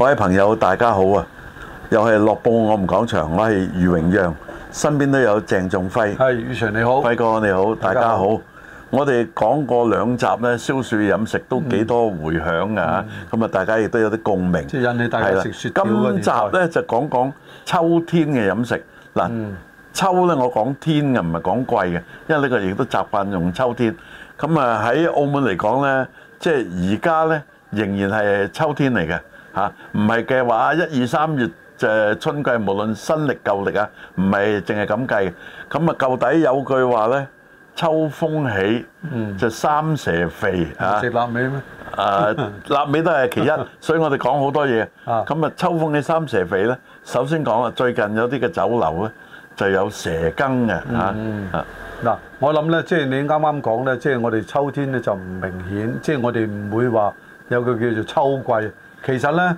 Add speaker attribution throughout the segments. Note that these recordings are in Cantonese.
Speaker 1: 位朋友，大家好啊！又係樂報我們講場，我係余榮讓，身邊都有鄭仲輝。
Speaker 2: 係，宇翔你好。
Speaker 1: 輝哥你好，大
Speaker 2: 大
Speaker 1: 家
Speaker 2: 家好
Speaker 1: 好。我哋講過兩集咧，消暑飲食都幾多迴響啊！咁啊，大家亦都有啲共鳴。
Speaker 2: 即係引起大家
Speaker 1: 係啦
Speaker 2: 食雪條嗰
Speaker 1: 今
Speaker 2: 年
Speaker 1: 集
Speaker 2: 代
Speaker 1: 咧就講講秋天嘅飲食嗱。秋咧，我講天嘅，唔係講貴嘅，因為呢個亦都習慣用秋天。咁啊喺澳門嚟講咧，即係而家咧仍然係秋天嚟嘅嚇，唔係嘅話啊一二三月就係春季，無論新歷舊歷啊，唔係淨係咁計。咁啊，舊底有句話咧，秋風起就三蛇肥啊。
Speaker 2: 食臘味咩？
Speaker 1: 誒啊臘味都係其一， 所以我哋講好多嘢。
Speaker 2: 啊
Speaker 1: 咁啊，秋風起三蛇肥咧，首先講啊，最近有啲嘅酒樓咧就有蛇羹嘅
Speaker 2: 嗯
Speaker 1: 嚇，啊
Speaker 2: 嗱，我諗咧，即係你啱啱講咧，即係我哋秋天咧就唔明顯，即係我哋唔會話有個叫做秋季。其實咧，誒、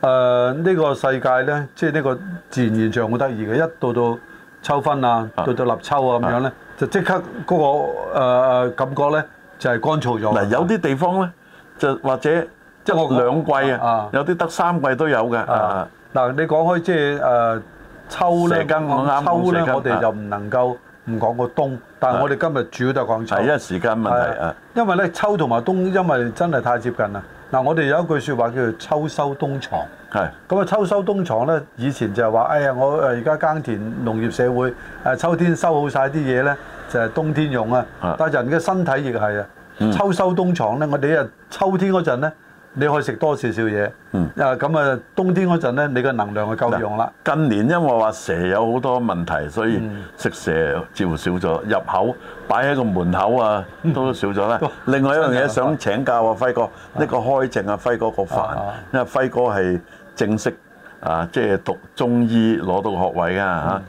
Speaker 2: 呢個世界咧，即係呢個自然現象好得意嘅，一到到秋分啊，
Speaker 1: 啊
Speaker 2: 到到立秋啊咁樣咧，就即刻嗰、個、呃、感覺咧就係乾燥咗。
Speaker 1: 嗱有啲地方咧就或者即
Speaker 2: 我
Speaker 1: 係兩季啊
Speaker 2: 哦啊，
Speaker 1: 有啲得三季都有嘅。
Speaker 2: 啊
Speaker 1: 啊，
Speaker 2: 嗱，你講開即係呃誒秋咧，
Speaker 1: 蛇羹我啱啊講蛇
Speaker 2: 秋咧，
Speaker 1: 羹
Speaker 2: 嗯我哋就唔能夠唔講個冬，但
Speaker 1: 啊
Speaker 2: 係我哋今日主要都係講秋。
Speaker 1: 係因為時間問題
Speaker 2: 係
Speaker 1: 啊，
Speaker 2: 因為咧秋同埋冬，因為真係太接近啦。嗱，我哋有一句説話叫做秋收冬藏。
Speaker 1: 係
Speaker 2: 咁啊，秋收冬藏咧，以前就係話，哎呀，我誒而家耕田農業社會，誒秋天收好晒啲嘢咧，就係冬天用啊
Speaker 1: 啊。嗯
Speaker 2: 但係人嘅身體亦係啊，秋收冬藏咧，我哋啊秋天嗰陣咧，你可以食多少少嘢，
Speaker 1: 嗯
Speaker 2: 啊咁啊冬天嗰陣咧，你嘅能量就夠用啦。
Speaker 1: 近年因為話蛇有好多問題，所以
Speaker 2: 嗯
Speaker 1: 食蛇似乎少咗，入口擺喺個門口啊
Speaker 2: 嗯
Speaker 1: 都少咗啦。另外一樣嘢想請教啊，輝哥，呢個開正啊，輝哥個飯
Speaker 2: 啊，
Speaker 1: 因為輝哥係正式啊，即係讀中醫攞到學位㗎嚇，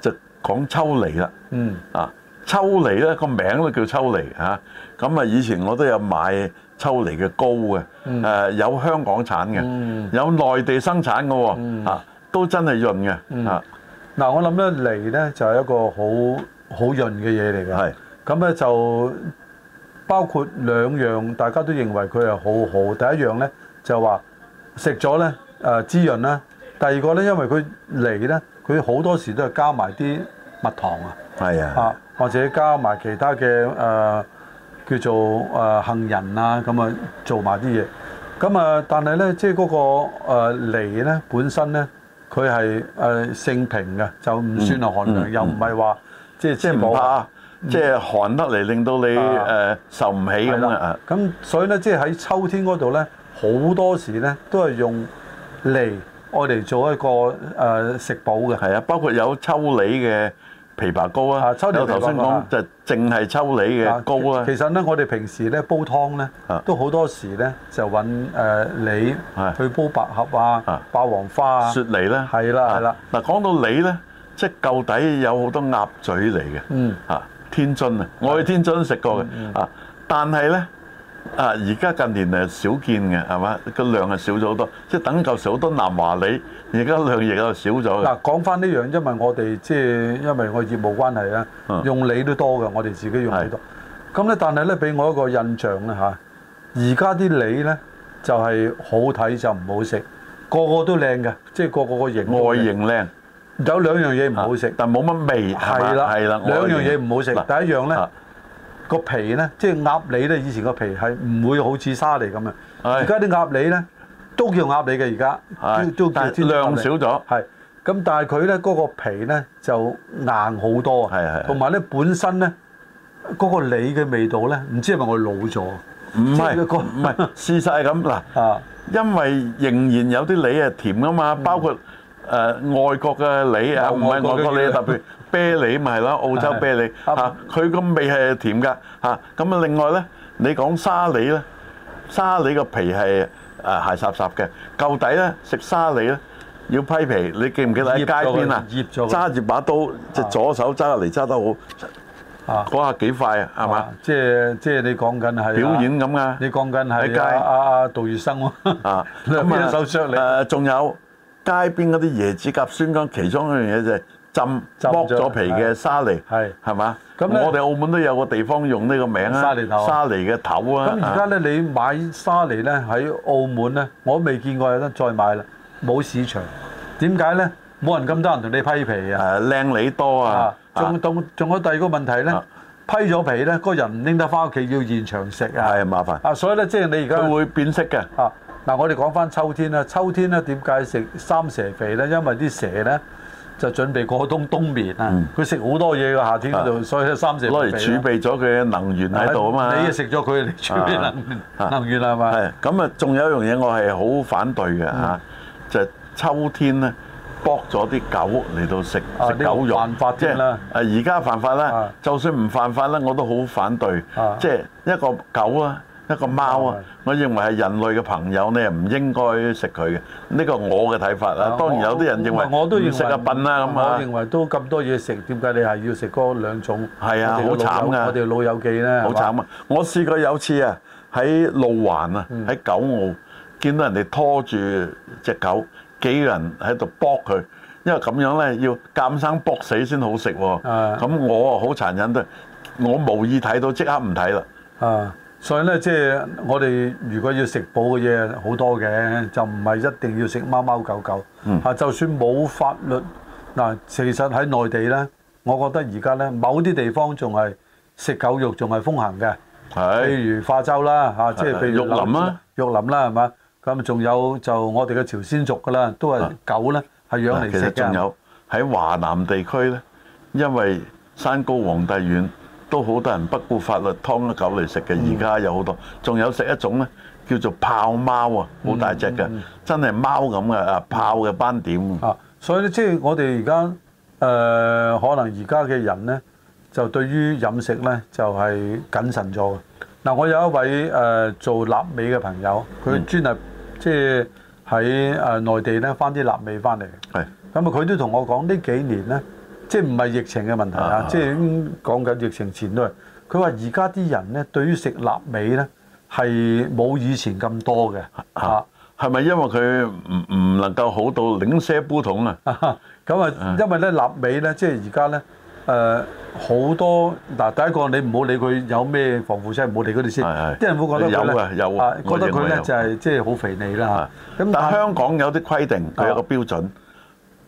Speaker 1: 就講秋梨啦。
Speaker 2: 嗯，
Speaker 1: 啊，秋梨咧個名都叫秋梨嚇，咁啊以前我都有買秋梨嘅膏嘅，誒、啊有香港產嘅，
Speaker 2: 嗯
Speaker 1: 有內地生產嘅喎、啊都真係潤嘅，
Speaker 2: 嗯
Speaker 1: 啊
Speaker 2: 嗱，我諗咧梨咧就係一個好好潤嘅嘢嚟㗎。
Speaker 1: 係
Speaker 2: 咁咧就包括兩樣，大家都認為佢係好好。第一樣咧就話食咗咧誒滋潤啦，第二個咧因為佢嚟咧，佢好多時都係加埋啲蜜糖啊，
Speaker 1: 係啊，
Speaker 2: 啊或者加埋其他嘅誒、呃叫做誒、呃杏仁啊，咁啊做埋啲嘢。咁啊，但係咧，即係嗰個誒梨咧本身咧，佢係誒性平嘅，就唔算係寒涼，
Speaker 1: 嗯
Speaker 2: 又唔係話即係
Speaker 1: 即係唔
Speaker 2: 冇啊
Speaker 1: 怕，即係寒得嚟令到你誒、
Speaker 2: 啊
Speaker 1: 呃受唔起咁
Speaker 2: 係
Speaker 1: 嘅
Speaker 2: 啦
Speaker 1: 啊，，
Speaker 2: 咁所以咧，即係喺秋天嗰度咧，好多時咧都係用嚟我嚟做一個誒、呃食補嘅。
Speaker 1: 係啊，包括有秋梨嘅枇杷膏啊，
Speaker 2: 啊秋梨
Speaker 1: 有
Speaker 2: 枇杷
Speaker 1: 頭先
Speaker 2: 膏
Speaker 1: 講
Speaker 2: 啊
Speaker 1: 就淨係秋梨嘅膏
Speaker 2: 啊
Speaker 1: 啦
Speaker 2: 其，其實咧，我哋平時咧煲湯咧
Speaker 1: 啊，
Speaker 2: 都好多時咧就揾誒梨
Speaker 1: 係
Speaker 2: 去煲百合啊
Speaker 1: 啊、
Speaker 2: 霸王花啊
Speaker 1: 雪。梨咧，
Speaker 2: 係啦
Speaker 1: 啊
Speaker 2: 係啦。
Speaker 1: 嗱講到梨咧，即係舊底有好多鴨嘴梨嘅。
Speaker 2: 嗯，
Speaker 1: 啊，天津啊，我去天津食過嘅啊，但係咧啊，而家近年誒少見嘅係嘛，個量係少咗好多，即係等嚿少好多南華梨，而家量亦都少咗嘅。
Speaker 2: 嗱講翻呢樣，因為我哋即係因為我業務關係啊
Speaker 1: 嗯，
Speaker 2: 用梨都多嘅，我哋自己用
Speaker 1: 係
Speaker 2: 梨多。咁咧，但係咧，俾我一個印象咧嚇，而家啲梨咧就係好睇就唔好食，個個都靚嘅，即係個個個型都
Speaker 1: 外
Speaker 2: 靚
Speaker 1: 形靚，啊
Speaker 2: 有兩樣嘢唔好食，
Speaker 1: 但冇乜味係嘛
Speaker 2: 係啦，
Speaker 1: 係啦，
Speaker 2: 兩樣
Speaker 1: 外形
Speaker 2: 嘢唔好食。
Speaker 1: 嗱
Speaker 2: 第一樣咧
Speaker 1: 啊
Speaker 2: 個皮咧，即係鴨梨咧，以前個皮係唔會好似沙梨咁嘅，
Speaker 1: 係
Speaker 2: 而家啲鴨梨咧都叫鴨梨嘅，而家
Speaker 1: 係
Speaker 2: 都都
Speaker 1: 啊
Speaker 2: 叫
Speaker 1: 但係
Speaker 2: 天竺鴨
Speaker 1: 量
Speaker 2: 梨
Speaker 1: 少咗
Speaker 2: 係咁，但係佢咧嗰個皮咧就硬好多啊，
Speaker 1: 係係係
Speaker 2: 同埋咧本身咧嗰個梨嘅味道咧，唔知係咪我老咗
Speaker 1: 唔係
Speaker 2: 即係個
Speaker 1: 唔係事實係咁嗱，
Speaker 2: 啊？
Speaker 1: 因為仍然有啲梨係甜噶嘛，包括誒外國嘅梨啊，
Speaker 2: 有
Speaker 1: 唔係外
Speaker 2: 外國嘅
Speaker 1: 國梨
Speaker 2: 梨
Speaker 1: 特別啤梨咪係 咯，澳洲啤梨
Speaker 2: 係
Speaker 1: 嚇
Speaker 2: 啊，
Speaker 1: 佢個味係甜㗎嚇。咁啊，另外咧，你講沙梨咧，沙梨個皮係誒鞋霎霎嘅，舊底咧食沙梨咧。要批皮，你記唔記得喺
Speaker 2: 醃咗
Speaker 1: 街邊啊？
Speaker 2: 佢醃咗佢
Speaker 1: 揸住把刀，隻左手揸嚟揸得好，
Speaker 2: 啊
Speaker 1: 嗰下幾快啊，係嘛？
Speaker 2: 啊即係即係你講緊係啊
Speaker 1: 表演，咁啊！
Speaker 2: 你講緊
Speaker 1: 喺街
Speaker 2: 係啊啊啊杜月笙喎。
Speaker 1: 啊，
Speaker 2: 兩邊手削你
Speaker 1: 誒，仲有街邊嗰啲椰子夾酸薑，其中一樣嘢就係浸
Speaker 2: 浸
Speaker 1: 剝咗
Speaker 2: 咗
Speaker 1: 皮嘅沙梨，
Speaker 2: 係
Speaker 1: 係嘛？咁
Speaker 2: 咁呢
Speaker 1: 我哋澳門都有個地方用呢個名啊，
Speaker 2: 沙梨頭啊
Speaker 1: 沙梨嘅頭啊。
Speaker 2: 咁而家咧，你買沙梨咧喺澳門咧，我未見過有得再買啦，冇市場。點解咧？冇人咁多人同你批皮啊！
Speaker 1: 誒靚梨多啊
Speaker 2: 啊，，仲
Speaker 1: 啊
Speaker 2: 仲仲有第二個問題咧
Speaker 1: 啊，
Speaker 2: 批咗皮咧，嗰個人唔拎得翻屋企，要現場食啊！
Speaker 1: 係麻煩，
Speaker 2: 啊，所以咧，即係你而家
Speaker 1: 佢會變色嘅。
Speaker 2: 啊！嗱，我哋講翻秋天啦，秋天咧點解食三蛇肥咧？因為啲蛇咧就準備過冬冬眠啊，佢食好多嘢㗎，夏天嗰度，所以咧三蛇肥
Speaker 1: 嗯啊攞嚟
Speaker 2: 啦
Speaker 1: 儲備咗佢嘅能源喺度啊嘛。
Speaker 2: 啊你啊食咗佢嚟儲備能源
Speaker 1: 啊
Speaker 2: 能源係嘛？嗯
Speaker 1: 係咁啊，仲有一樣嘢我係好反對嘅嚇，就係秋天咧。剝咗啲狗嚟到食
Speaker 2: 啊
Speaker 1: 食
Speaker 2: 呢個
Speaker 1: 狗肉
Speaker 2: 犯法，
Speaker 1: 即係
Speaker 2: 添
Speaker 1: 誒
Speaker 2: 啦
Speaker 1: 而家犯法啦
Speaker 2: 啊，
Speaker 1: 就算唔犯法咧，我都好反對
Speaker 2: 啊。
Speaker 1: 即係一個狗啊，一個貓啊
Speaker 2: 係，
Speaker 1: 我認為係人類嘅朋友，你係唔應該食佢嘅。呢個我嘅睇法啦。當然有啲人認為
Speaker 2: 啊我我都認為
Speaker 1: 唔食啊笨啦咁
Speaker 2: 我
Speaker 1: 啊
Speaker 2: 認，為都咁多嘢食，點解你係要食嗰兩種？
Speaker 1: 係啊
Speaker 2: 我哋嘅老
Speaker 1: 好慘
Speaker 2: 友
Speaker 1: 㗎
Speaker 2: 我哋老友記咧，
Speaker 1: 好
Speaker 2: 係嘛。
Speaker 1: 慘啊！我試過有次啊，喺路環啊，
Speaker 2: 嗯
Speaker 1: 喺九澳見到人哋拖住只狗，幾個人喺度搏佢，因為咁樣咧要鑑生搏死先好食喎。
Speaker 2: 啊
Speaker 1: 咁我啊好殘忍都，我無意睇到即刻唔睇啦。
Speaker 2: 啊，所以咧，即係我哋如果要食補嘅嘢好多嘅，就唔係一定要食貓貓狗狗。
Speaker 1: 嗯
Speaker 2: 啊，就算冇法律嗱，其實喺內地咧，我覺得而家咧某啲地方仲係食狗肉仲係風行嘅。
Speaker 1: 係
Speaker 2: 譬如化州啦嚇，即係譬如
Speaker 1: 玉林啊啦、
Speaker 2: 玉林啦係嘛？咁仲有就我哋嘅朝鮮族噶啦，都係狗咧係養嚟
Speaker 1: 啊其實
Speaker 2: 食
Speaker 1: 仲
Speaker 2: 嘅。
Speaker 1: 有喺華南地區咧，因為山高皇帝遠，都好多人不顧法律劏咗狗嚟食嘅。
Speaker 2: 嗯
Speaker 1: 而家有好多，仲有食一種咧叫做豹貓啊，好大隻嘅，真係貓咁嘅啊，豹嘅斑點。
Speaker 2: 嗯啊，所以咧即係我哋而家誒，可能而家嘅人咧，就對於飲食咧就係、謹慎咗嘅。嗱、我有一位誒、呃做臘味嘅朋友，佢專係即係喺誒內地咧翻啲臘味翻嚟嘅。
Speaker 1: 係
Speaker 2: 咁啊，佢都同我講呢幾年咧，即係唔係疫情嘅問題
Speaker 1: 啊
Speaker 2: 啊，即係已經講緊疫情前都係。佢話而家啲人咧，對於食臘味咧係冇以前咁多嘅
Speaker 1: 嚇
Speaker 2: 啊。
Speaker 1: 係咪因為佢唔唔能夠好到零舍煲桶啊？
Speaker 2: 咁
Speaker 1: 嗯
Speaker 2: 啊，因為咧臘味咧，即係而家咧，誒、好多嗱，第一個你唔好理佢有咩防腐劑，唔好理嗰啲先。
Speaker 1: 係係
Speaker 2: 啲人會覺得佢
Speaker 1: 有
Speaker 2: 咧
Speaker 1: 嘅有
Speaker 2: 啊，
Speaker 1: 我
Speaker 2: 覺得
Speaker 1: 認為
Speaker 2: 佢咧
Speaker 1: 有啊
Speaker 2: 就係即係好肥膩啦嚇。咁
Speaker 1: 但
Speaker 2: 但
Speaker 1: 香港有啲規定，佢有個
Speaker 2: 啊
Speaker 1: 標準，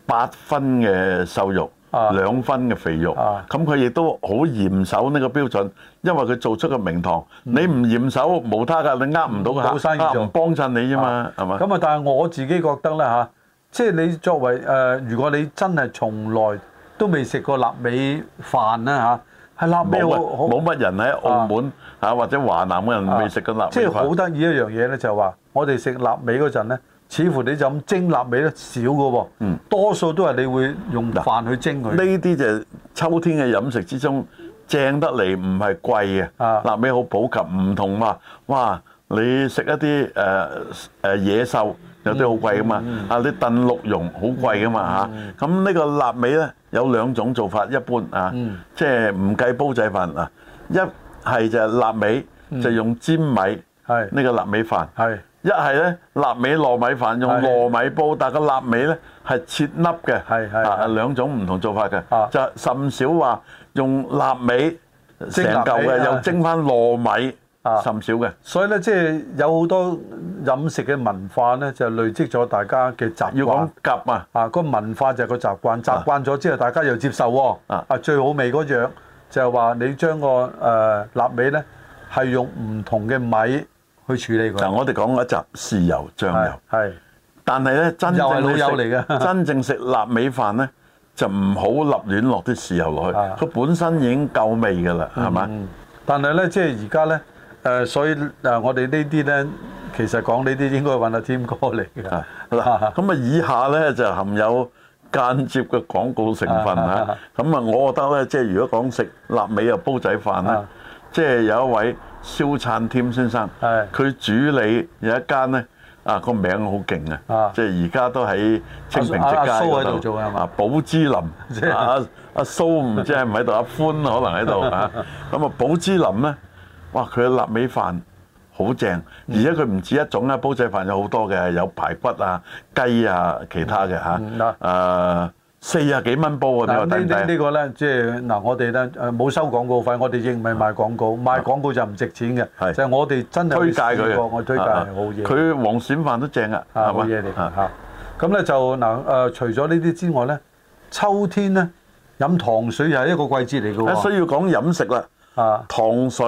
Speaker 1: 八分嘅瘦肉，
Speaker 2: 啊
Speaker 1: 兩分嘅肥肉。
Speaker 2: 啊
Speaker 1: 咁佢亦都好嚴守呢個標準，因為佢做出個名堂。你唔嚴守冇他㗎，你呃唔到個
Speaker 2: 嗯冇生意
Speaker 1: 客，
Speaker 2: 做
Speaker 1: 唔幫襯你啫嘛，係嘛？
Speaker 2: 咁啊，但係我自己覺得咧嚇，即係你作為誒、呃如果你真係從來都未食過臘味飯啦嚇，係臘味
Speaker 1: 冇啊
Speaker 2: 好好
Speaker 1: 冇乜人喺澳門啊或者華南嘅人
Speaker 2: 啊
Speaker 1: 未食過臘味
Speaker 2: 即係好
Speaker 1: 飯。
Speaker 2: 得意一樣嘢咧，就係話我哋食臘味嗰陣咧，似乎你就咁蒸臘味咧少嘅喎，
Speaker 1: 嗯
Speaker 2: 多數都係你會用飯去蒸佢。
Speaker 1: 呢啲就係秋天嘅飲食之中正得嚟，唔係貴嘅。
Speaker 2: 啊
Speaker 1: 臘味好普及，唔同話哇，你食一啲誒誒野獸有啲好貴噶嘛，啊你燉鹿茸好貴噶嘛嚇。咁呢個臘味咧有兩種做法，一般啊，即係唔計煲仔飯啊，一係就係臘味就用煎米
Speaker 2: 係
Speaker 1: 呢個臘味飯。
Speaker 2: 係
Speaker 1: 一係咧臘味糯米飯用
Speaker 2: 係
Speaker 1: 糯米煲，但係個臘味咧係切粒嘅，
Speaker 2: 係係
Speaker 1: 啊
Speaker 2: 係
Speaker 1: 兩種唔同做法嘅
Speaker 2: 啊，
Speaker 1: 就甚少話用臘味成
Speaker 2: 蒸臘味
Speaker 1: 嚿嘅，
Speaker 2: 啊
Speaker 1: 又蒸翻糯米，
Speaker 2: 啊
Speaker 1: 甚少嘅，
Speaker 2: 所以咧，即係有好多飲食嘅文化咧，就累積咗大家嘅習
Speaker 1: 要講
Speaker 2: 慣。
Speaker 1: 夾啊，
Speaker 2: 啊，個文化就係個習慣，習慣咗之後，大家又接受喎。
Speaker 1: 啊
Speaker 2: 啊，最好味嗰樣就係話你將個誒臘味咧係用唔同嘅米去處理
Speaker 1: 嗱
Speaker 2: 佢。
Speaker 1: 我哋講嗰一集豉油醬油
Speaker 2: 係，係
Speaker 1: 但係咧真
Speaker 2: 又係
Speaker 1: 正
Speaker 2: 老
Speaker 1: 你
Speaker 2: 友
Speaker 1: 食
Speaker 2: 嚟嘅
Speaker 1: 真正食臘味飯咧。就唔好立亂落啲豉油落去，
Speaker 2: 啊
Speaker 1: 佢本身已經夠味㗎啦，係嘛？
Speaker 2: 但係咧，即係而家咧，誒、所以誒、我哋呢啲咧，其實講呢啲應該揾阿添哥嚟嘅。
Speaker 1: 啊嗱，咁啊以下咧就含有間接嘅廣告成分
Speaker 2: 啊
Speaker 1: 啊
Speaker 2: 啊。
Speaker 1: 咁啊，我覺得咧，即係如果講食臘味又煲仔飯咧
Speaker 2: 啊，
Speaker 1: 即係有一位蕭燦添先生
Speaker 2: 係，
Speaker 1: 佢主理有一間咧。啊，個名好勁啊
Speaker 2: 啊！
Speaker 1: 即係而家都喺清平直街
Speaker 2: 阿阿蘇
Speaker 1: 嗰
Speaker 2: 喺度做嘅係嘛
Speaker 1: 啊，寶芝林，
Speaker 2: 係
Speaker 1: 啊阿阿蘇唔知係唔喺度，阿歡可能喺度啊。咁啊，寶芝林咧，哇！佢嘅臘味飯好正，而且佢唔止一種啊，煲仔飯有好多嘅，有排骨啊、雞啊、其他嘅嚇
Speaker 2: 嗯嗱，
Speaker 1: 誒四啊幾蚊煲啊！你話
Speaker 2: 嗱呢
Speaker 1: 抵唔
Speaker 2: 呢
Speaker 1: 抵啊？
Speaker 2: 呢個咧，即係嗱，我哋咧誒冇收廣告費，我哋亦唔係賣廣告，賣廣告就唔值錢嘅，
Speaker 1: 係
Speaker 2: 就係我哋真係
Speaker 1: 推
Speaker 2: 會
Speaker 1: 介
Speaker 2: 試
Speaker 1: 佢
Speaker 2: 過
Speaker 1: 啊！
Speaker 2: 我推介
Speaker 1: 啊
Speaker 2: 係好嘢，
Speaker 1: 佢黃鱔飯都正啊，
Speaker 2: 啊
Speaker 1: 係
Speaker 2: 好嘢嚟
Speaker 1: 嘛？啊
Speaker 2: 嚇。咁咧就嗱誒，除咗呢啲之外咧，秋天咧飲糖水又係一個季節嚟嘅
Speaker 1: 啊，
Speaker 2: 喎，
Speaker 1: 需要講飲食啦，
Speaker 2: 啊
Speaker 1: 糖水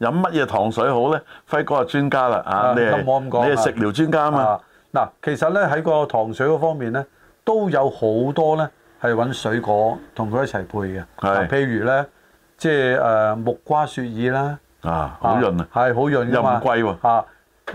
Speaker 1: 飲乜嘢糖水好咧？輝哥係專家啦，
Speaker 2: 啊
Speaker 1: 啊，你係
Speaker 2: 咁我咁講啊
Speaker 1: 你係食療專家啊嘛，
Speaker 2: 啊嗱，其實咧喺個糖水嗰方面咧，都有好多咧係揾水果同佢一齊配嘅，
Speaker 1: 係
Speaker 2: 啊譬如咧即係誒木瓜雪耳啦。
Speaker 1: 啊，好潤啊，
Speaker 2: 係好潤㗎嘛
Speaker 1: 又唔貴喎
Speaker 2: 啊，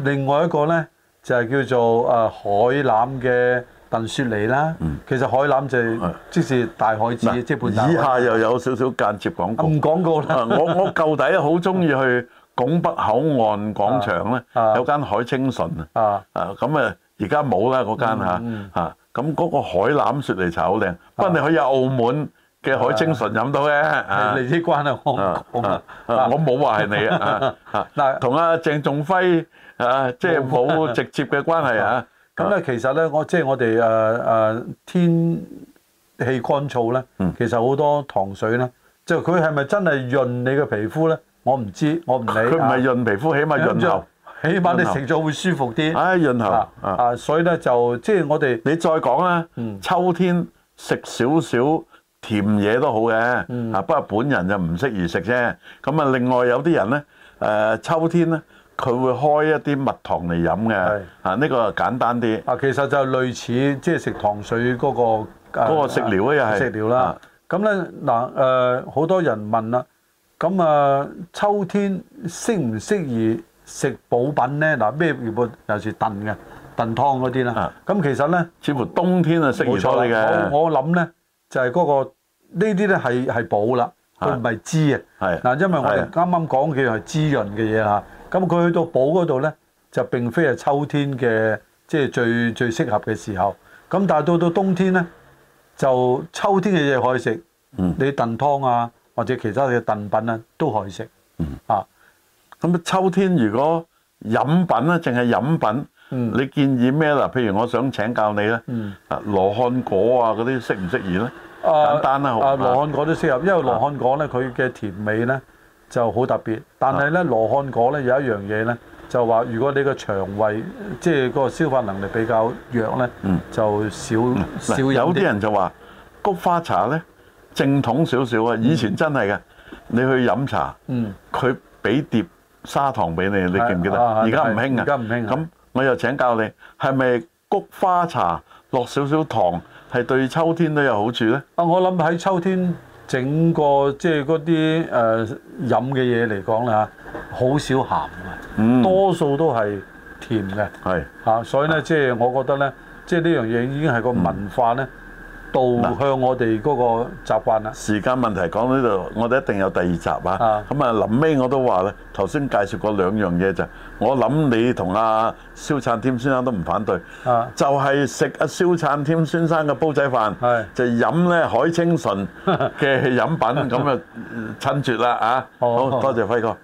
Speaker 2: 另外一個咧就係、叫做誒、呃海膽嘅燉雪梨啦。其實海膽就係
Speaker 1: 嗯係
Speaker 2: 即是大海子，
Speaker 1: 嗱
Speaker 2: 即係半大海。
Speaker 1: 以下又有少少間接廣告。
Speaker 2: 唔廣告啦，
Speaker 1: 啊！我我舊底好中意去拱北口岸廣場咧
Speaker 2: 啊啊，
Speaker 1: 有間海清純啊，
Speaker 2: 啊
Speaker 1: 啊咁啊而家冇啦嗰間
Speaker 2: 嗯
Speaker 1: 嚇嚇，咁嗰個海膽雪梨茶好靚，不過你可以有澳門嘅海清純飲到嘅啊
Speaker 2: 係利益關係我
Speaker 1: 啊
Speaker 2: 唔講啦。
Speaker 1: 啊
Speaker 2: 啊
Speaker 1: 我冇話係你啊啊啊
Speaker 2: 嗱，
Speaker 1: 同阿鄭仲輝啊，即係冇直接嘅關係啊。
Speaker 2: 咁咧其實咧，我即係我哋誒誒天氣乾燥咧，
Speaker 1: 嗯
Speaker 2: 其實好多糖水咧，就佢係咪真係潤你嘅皮膚咧？我唔知，我唔理。啊
Speaker 1: 佢唔係潤皮膚，起碼潤喉。
Speaker 2: 起碼你
Speaker 1: 潤喉
Speaker 2: 食咗會舒服啲。
Speaker 1: 唉，潤喉
Speaker 2: 啊
Speaker 1: 啊！
Speaker 2: 啊，所以咧就即係我哋
Speaker 1: 你再講啦
Speaker 2: 嗯，
Speaker 1: 秋天食少少甜嘢都好嘅，
Speaker 2: 嗯
Speaker 1: 啊不過本人就唔適宜食啫。咁啊，另外有啲人咧，誒、秋天咧，佢會開一啲蜜糖嚟飲嘅
Speaker 2: 係，
Speaker 1: 啊呢、個簡單啲，
Speaker 2: 啊，其實就類似即係食糖水嗰、個
Speaker 1: 嗰
Speaker 2: 嗰
Speaker 1: 個食療啊又係
Speaker 2: 食療啦
Speaker 1: 啊。
Speaker 2: 咁咧嗱誒，好多人問啦，咁啊秋天適唔適宜食補品咧？嗱咩叫補？尤其是燉嘅燉湯嗰啲啦
Speaker 1: 啊。
Speaker 2: 咁其實咧
Speaker 1: 似乎冬天啊適
Speaker 2: 冇
Speaker 1: 宜
Speaker 2: 錯
Speaker 1: 多啲
Speaker 2: 啦，
Speaker 1: 嘅，
Speaker 2: 我我諗咧就係、嗰、個呢啲咧係係補啦，佢唔係滋啊。
Speaker 1: 係
Speaker 2: 嗱，因為我哋
Speaker 1: 係
Speaker 2: 啱啱講嘅係滋潤嘅嘢啦，咁佢去到補嗰度咧，就並非係秋天嘅即係最最適合嘅時候。咁但係到到冬天咧，就秋天嘅嘢可以食，
Speaker 1: 嗯
Speaker 2: 你燉湯啊或者其他嘅燉品啊都可以食。
Speaker 1: 嗯
Speaker 2: 啊，
Speaker 1: 咁啊秋天如果飲品咧，淨係飲品，
Speaker 2: 嗯
Speaker 1: 你建議咩啦？譬如我想請教你咧，
Speaker 2: 嗯
Speaker 1: 啊羅漢果啊嗰啲適唔適宜咧？
Speaker 2: 啊
Speaker 1: 簡單啦，好
Speaker 2: 啊
Speaker 1: 嘛
Speaker 2: 羅漢果都適合，因為羅漢果咧佢嘅甜味咧就好特別，但
Speaker 1: 啊
Speaker 2: 係咧羅漢果咧有一樣嘢咧就話，如果你個腸胃即係個消化能力比較弱咧，
Speaker 1: 嗯
Speaker 2: 就少
Speaker 1: 嗱，
Speaker 2: 少飲
Speaker 1: 有啲人就話菊花茶咧正統少少啊，以前真係嘅，你去飲茶，
Speaker 2: 嗯
Speaker 1: 佢俾碟砂糖俾你，你記唔記得？
Speaker 2: 啊啊
Speaker 1: 而家唔興
Speaker 2: 而家
Speaker 1: 啊，
Speaker 2: 唔興啊
Speaker 1: 咁我又請教你，係咪菊花茶落少少糖係對秋天都有好處咧？
Speaker 2: 啊，我諗喺秋天整個即係嗰啲誒飲嘅嘢嚟講啦，好少鹹嘅，
Speaker 1: 嗯，
Speaker 2: 多數都係甜嘅
Speaker 1: 係
Speaker 2: 嚇、啊所以咧即係我覺得咧，即係呢樣嘢已經係個文化咧導向我哋嗰個習慣啦。
Speaker 1: 時間問題講到呢度，我哋一定有第二集啊。咁
Speaker 2: 啊
Speaker 1: 啊，臨尾我都話咧，頭先介紹過兩樣嘢就，我諗你同阿蕭燦添先生都唔反對。
Speaker 2: 啊，
Speaker 1: 就係食阿蕭燦添先生嘅煲仔
Speaker 2: 係
Speaker 1: 飯，就飲咧 海清純嘅飲品，咁啊趁絕啦啊！
Speaker 2: 好
Speaker 1: 好多謝輝哥。